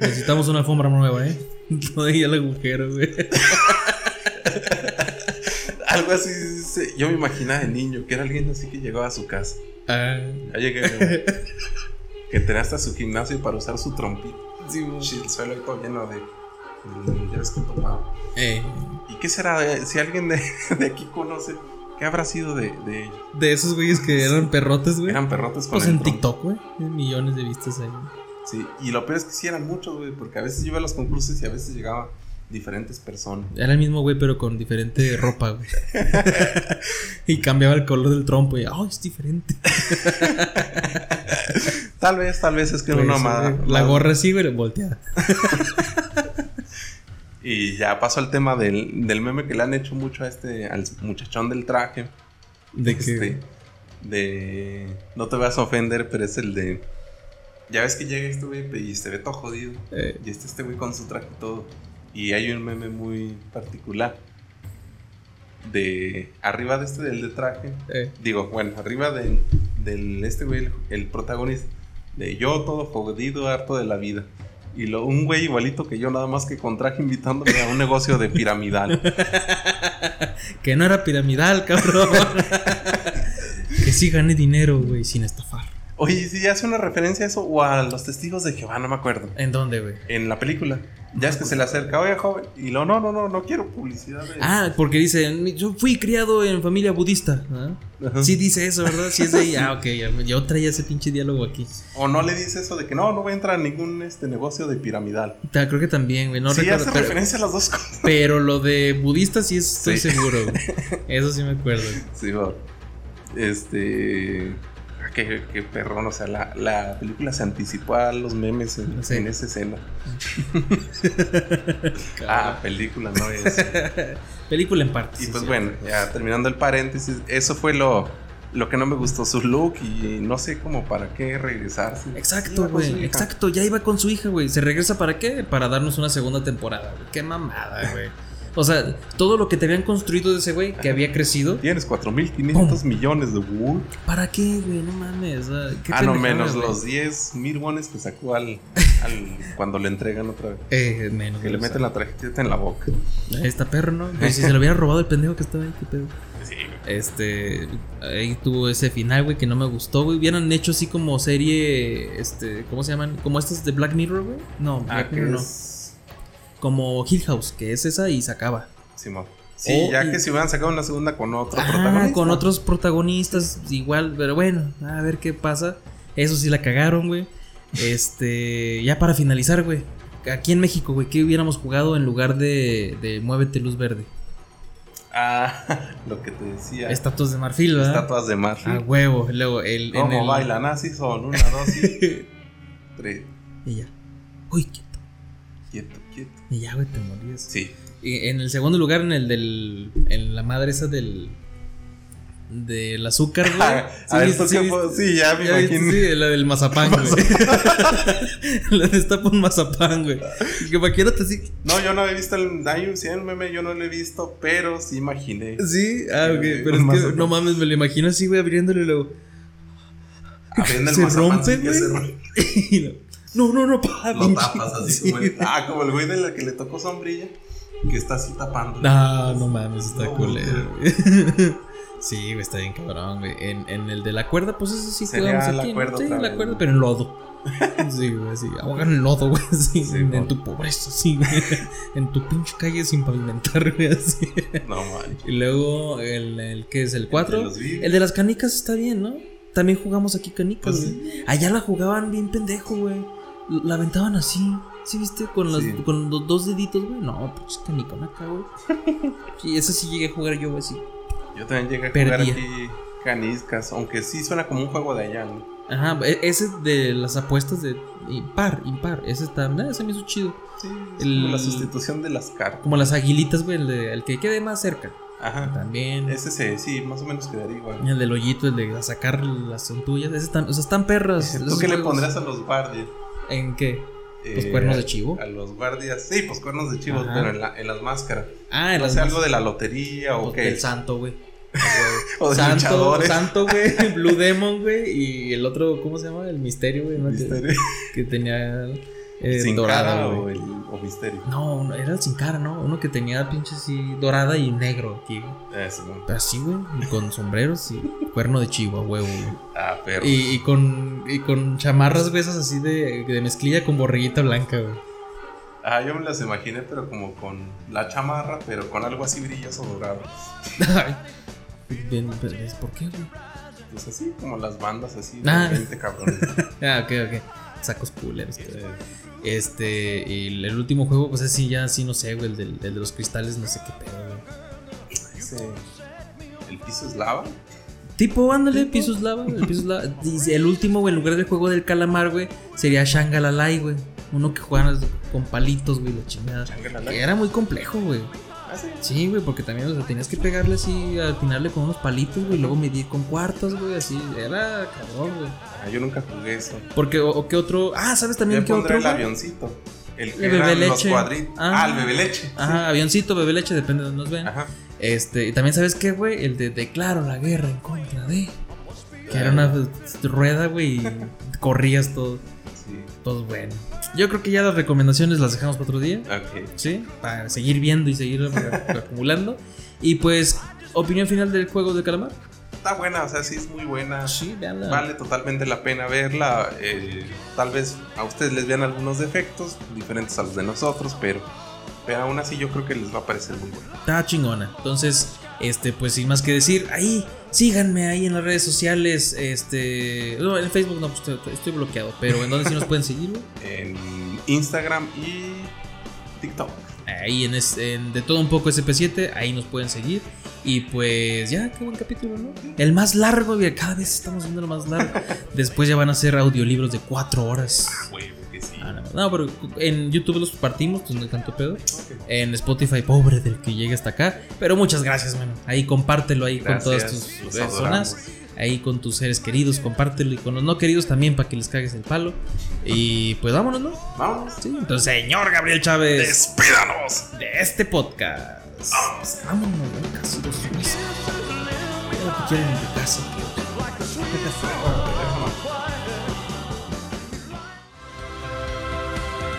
Necesitamos una alfombra nueva, ¿eh? No dejé el agujero, güey. Algo así, se- yo me imaginaba de niño, que era alguien así que llegaba a su casa. Ah, Ya llegué, mi amor. Que tenía hasta su gimnasio para usar su trompito. sí, mo. Sí, el suelo ahí todo lleno de. de- Ya ves que topaba. Eh, ¿Y qué será? de- si alguien de, de aquí conoce, ¿qué habrá sido de, de ellos? de esos güeyes que eran perrotes, güey. Eran perrotes con Pues el en tronco. TikTok, güey. Tienen Millones de vistas ahí. Sí, y lo peor es que sí eran muchos, güey, porque a veces yo iba a los concursos y a veces llegaban diferentes personas. Era el mismo güey, pero con diferente ropa, güey. y cambiaba el color del trompo. Y, oh, es diferente. Tal vez, tal vez es que Pues, uno más. güey, la gorra así, güey, volteada. Y ya pasó al tema del, del meme que le han hecho mucho a este, al muchachón del traje. De que. Este, de. No te vas a ofender, pero es el de. Ya ves que llega este güey y se ve todo jodido. eh, Y está este güey con su traje y todo. Y hay un meme muy particular. De arriba de este del de traje. eh, Digo, bueno, arriba del, del este güey, el, el protagonista. De yo todo jodido, harto de la vida. Y lo, un güey igualito que yo, nada más que con traje invitándome a un negocio de piramidal. que no era piramidal, cabrón. que sí gané dinero, güey, sin estafar. Oye, ¿y si hace una referencia a eso o a los testigos de Jehová, no me acuerdo. ¿En dónde, güey? En la película. Ya es que se le acerca, oye, joven. Y lo, no, no, no, no quiero publicidad. de- Ah, porque dice, yo fui criado en familia budista. ¿ah? Ajá. Sí dice eso, ¿verdad? Sí es de ahí. Ah, ok, ya, yo traía ese pinche diálogo aquí. O no le dice eso de que no, no voy a entrar a ningún este negocio de piramidal. Ta- Creo que también, güey, no sí, recuerdo. hace pero- referencia a las dos cosas. Pero lo de budista sí es- estoy Sí. seguro. güey. Eso sí me acuerdo. güey. Sí, va. Este. ah, Qué, qué perrón, o sea, la, la película se anticipó a los memes en, Sí. en esa escena. Ah, película, no es. Película en partes. Y sí, pues sí. bueno, ya terminando el paréntesis, eso fue lo, lo que no me gustó, su look y no sé cómo para qué regresarse. Exacto, Iba con su güey. hija. Exacto, ya iba con su hija, güey. ¿Se regresa para qué? Para darnos una segunda temporada, güey. Qué mamada, güey. O sea, todo lo que te habían construido de ese güey, que había crecido. Tienes 4.500 millones de wood. ¿Para qué, güey? No mames. o sea, qué Ah, no, pendejada, menos güey. los 10 mil wones que sacó al, al- cuando le entregan otra vez. Eh, menos. Que le menos. meten la tarjeta en la boca. Ahí está perro, ¿no? Pues si se lo hubiera robado el pendejo que estaba ahí, qué pedo. Sí, Este. Ahí tuvo ese final, güey, que no me gustó, güey. Hubieran hecho así como serie. Este. ¿Cómo se llaman? Como estas de Black Mirror, güey. No, Black ah, que Mirror no. es. Como Hill House, que es esa y se acaba. Simón. Sí, O- ya Oh, y- que si hubieran sacado una segunda con otro Ah, protagonista. con otros protagonistas igual, pero bueno, a ver qué pasa. Eso sí la cagaron, güey. Este, ya para finalizar, güey. Aquí en México, güey, ¿qué hubiéramos jugado en lugar de, de Muévete Luz Verde? Ah, lo que te decía. Estatuas de marfil, ¿verdad? Estatuas de mar. A huevo. Luego, el. ah, en ¿Cómo el- bailan? Así son. Una, dos y tres. Y ya. Uy, quieto. Quieto, quieto. Y ya, güey, te morías. Sí. Y en el segundo lugar, en el del. En la madre esa del. Del azúcar, güey. Ah, Sí, a ver, viste- ¿tú sí, qué viste- fue? Sí, ya me Ya viste, imagino. Sí, la del mazapán, güey. la destapa un mazapán, güey. Y Que vaquero te sí. No, yo no he visto el. Hay un sí, el meme, yo no lo he visto, pero sí imaginé. Sí, ah, ok. Sí, Pero un es que mazapán. no mames, me lo imagino así, güey, abriéndole luego. Abriendo el Se mazapán, rompe, sí que se güey. rompe. Y lo- No, no, no, pa. Ah, lo pinche- tapas así sí. como el, ah, como el güey de la que le tocó sombrilla, que está así tapando. No, no mames, está No, culero, güey. Sí, güey, está bien cabrón, güey. En, en el de la cuerda, pues eso sí Sería jugamos la aquí. ¿no? cuerda sí, otra la vez, cuerda, ¿no? pero en lodo. Sí, güey, sí. Ahogan en lodo, güey. Sí, Sí, en, por- tu pobreza, sí, güey. En tu pinche calle sin pavimentar, güey. Así. No manches. Y luego, el, el ¿qué es? ¿El 4? Los vi. El de las canicas está bien, ¿no? También jugamos aquí canicas, Pues güey. sí. Allá la jugaban bien pendejo, güey. La aventaban así. ¿Sí viste? Con, las- Sí. con los dos deditos, güey. No, pues, pinche canicón acá, güey. Sí, eso sí llegué a jugar yo, güey, sí. Yo también llegué a Perdía. jugar aquí caniscas, aunque sí suena como un juego de allá, ¿no? Ajá, e- ese de las apuestas de impar, impar. Ese está, nah, ese me hizo chido. Sí, es El- como la sustitución de las cartas. Como las aguilitas, güey, el, de- el que quede más cerca. Ajá. También. Ese se, sí, más o menos quedaría igual. El del hoyito, el de sacar las centullas. Ese están, o sea, están perras. ¿Tú esos qué le juegos. pondrías a los guardias? ¿En qué? ¿Los Eh, cuernos de chivo? A los guardias, sí, pues cuernos de chivo, Ajá. pero en, la- en las máscaras. Ah, en No las sé, más- algo de la lotería o pues, qué. del santo, güey. O de Santo, luchadores. Santo, güey, Blue Demon, güey, y el otro, ¿cómo se llama? El misterio, güey, ¿no? Que- Misterio. Que, tenía eh, Sin dorada, cara o, güey. el, o misterio. No, no, era el sin cara, ¿no? Uno que tenía pinche así dorada y negro aquí, güey. Eso, ¿no? Así, güey, y con sombreros y cuerno de chivo, a huevo, güey. Ah, pero. Y, y con, y con chamarras, güey, esas así de, de mezclilla con borreguita blanca, güey. Ah, yo me las imaginé, pero como con la chamarra, pero con algo así brilloso dorado. Ay, bien, pero es- ¿Por qué, güey? Pues así, como las bandas así de Ah. 20 cabrones. Ah, ok, ok. Sacos culeros, güey. Eh, Este, y el, el último juego, pues así ya, sí, no sé, güey, el, del- el de los cristales, no sé qué pedo, güey. ese- ¿El piso es lava? Tipo, ándale, pisos lava, el pisos lava. Dice, el último, güey, en lugar del juego del calamar, güey, sería Shangalalai, güey. Uno que jugaban con palitos, güey, la chingada. Que Changalala. era muy complejo, güey. Ah, sí. Sí, güey, porque también, o sea, tenías que pegarle así, atinarle con unos palitos, güey, y luego medir con cuartas, güey, así. Era cabrón, güey. Ah, yo nunca jugué eso. Porque, o, o qué otro. Ah, ¿sabes también Yo qué otro? pondré el güey? avioncito. El que El bebé eran los leche. cuadritos. Ah. Ah, el bebé leche. Ajá, avioncito, bebé leche, depende de donde nos vean. Ajá. Este, y también sabes qué, güey, el de declaro la guerra en contra de. Que era una rueda, güey, y corrías todo. Sí, Todo bueno. Yo creo que ya las recomendaciones las dejamos para otro día, ok. ¿sí? Para seguir viendo y seguir acumulando. Y pues, opinión final del juego de calamar. Está buena, o sea, Ah, sí es muy buena. Sí, veanla. Vale totalmente la pena verla. eh, tal vez a ustedes les vean algunos defectos diferentes a los de nosotros, pero, pero aún así yo creo que les va a parecer muy bueno. Está chingona. Entonces, este, pues sin más que decir, ahí, síganme ahí en las redes sociales. Este, no, en Facebook no, pues, estoy, estoy bloqueado. Pero ¿en dónde sí nos pueden seguir, güey? En Instagram y TikTok. Ahí en, es- en De Todo Un Poco SP7, ahí nos pueden seguir. Y pues ya, qué buen capítulo, ¿no? El más largo, güey, cada vez estamos viendo lo más largo. Después ya van a ser audiolibros de cuatro horas. Huevo que sí. Ah, no, no, pero en YouTube los partimos, pues no hay tanto pedo. En Spotify, pobre del que llegue hasta acá. Pero muchas gracias, mano. Ahí compártelo ahí con todas tus Gracias, los personas. adoramos. Ahí con tus seres queridos, compártelo. Y con los no queridos también para que les cagues el palo. Y pues vámonos, ¿no? Vamos. Sí, entonces, señor Gabriel Chávez Despídanos. de este podcast. Vamos. Vámonos, güey, casi dos meses. Lo que quieren en tu casa.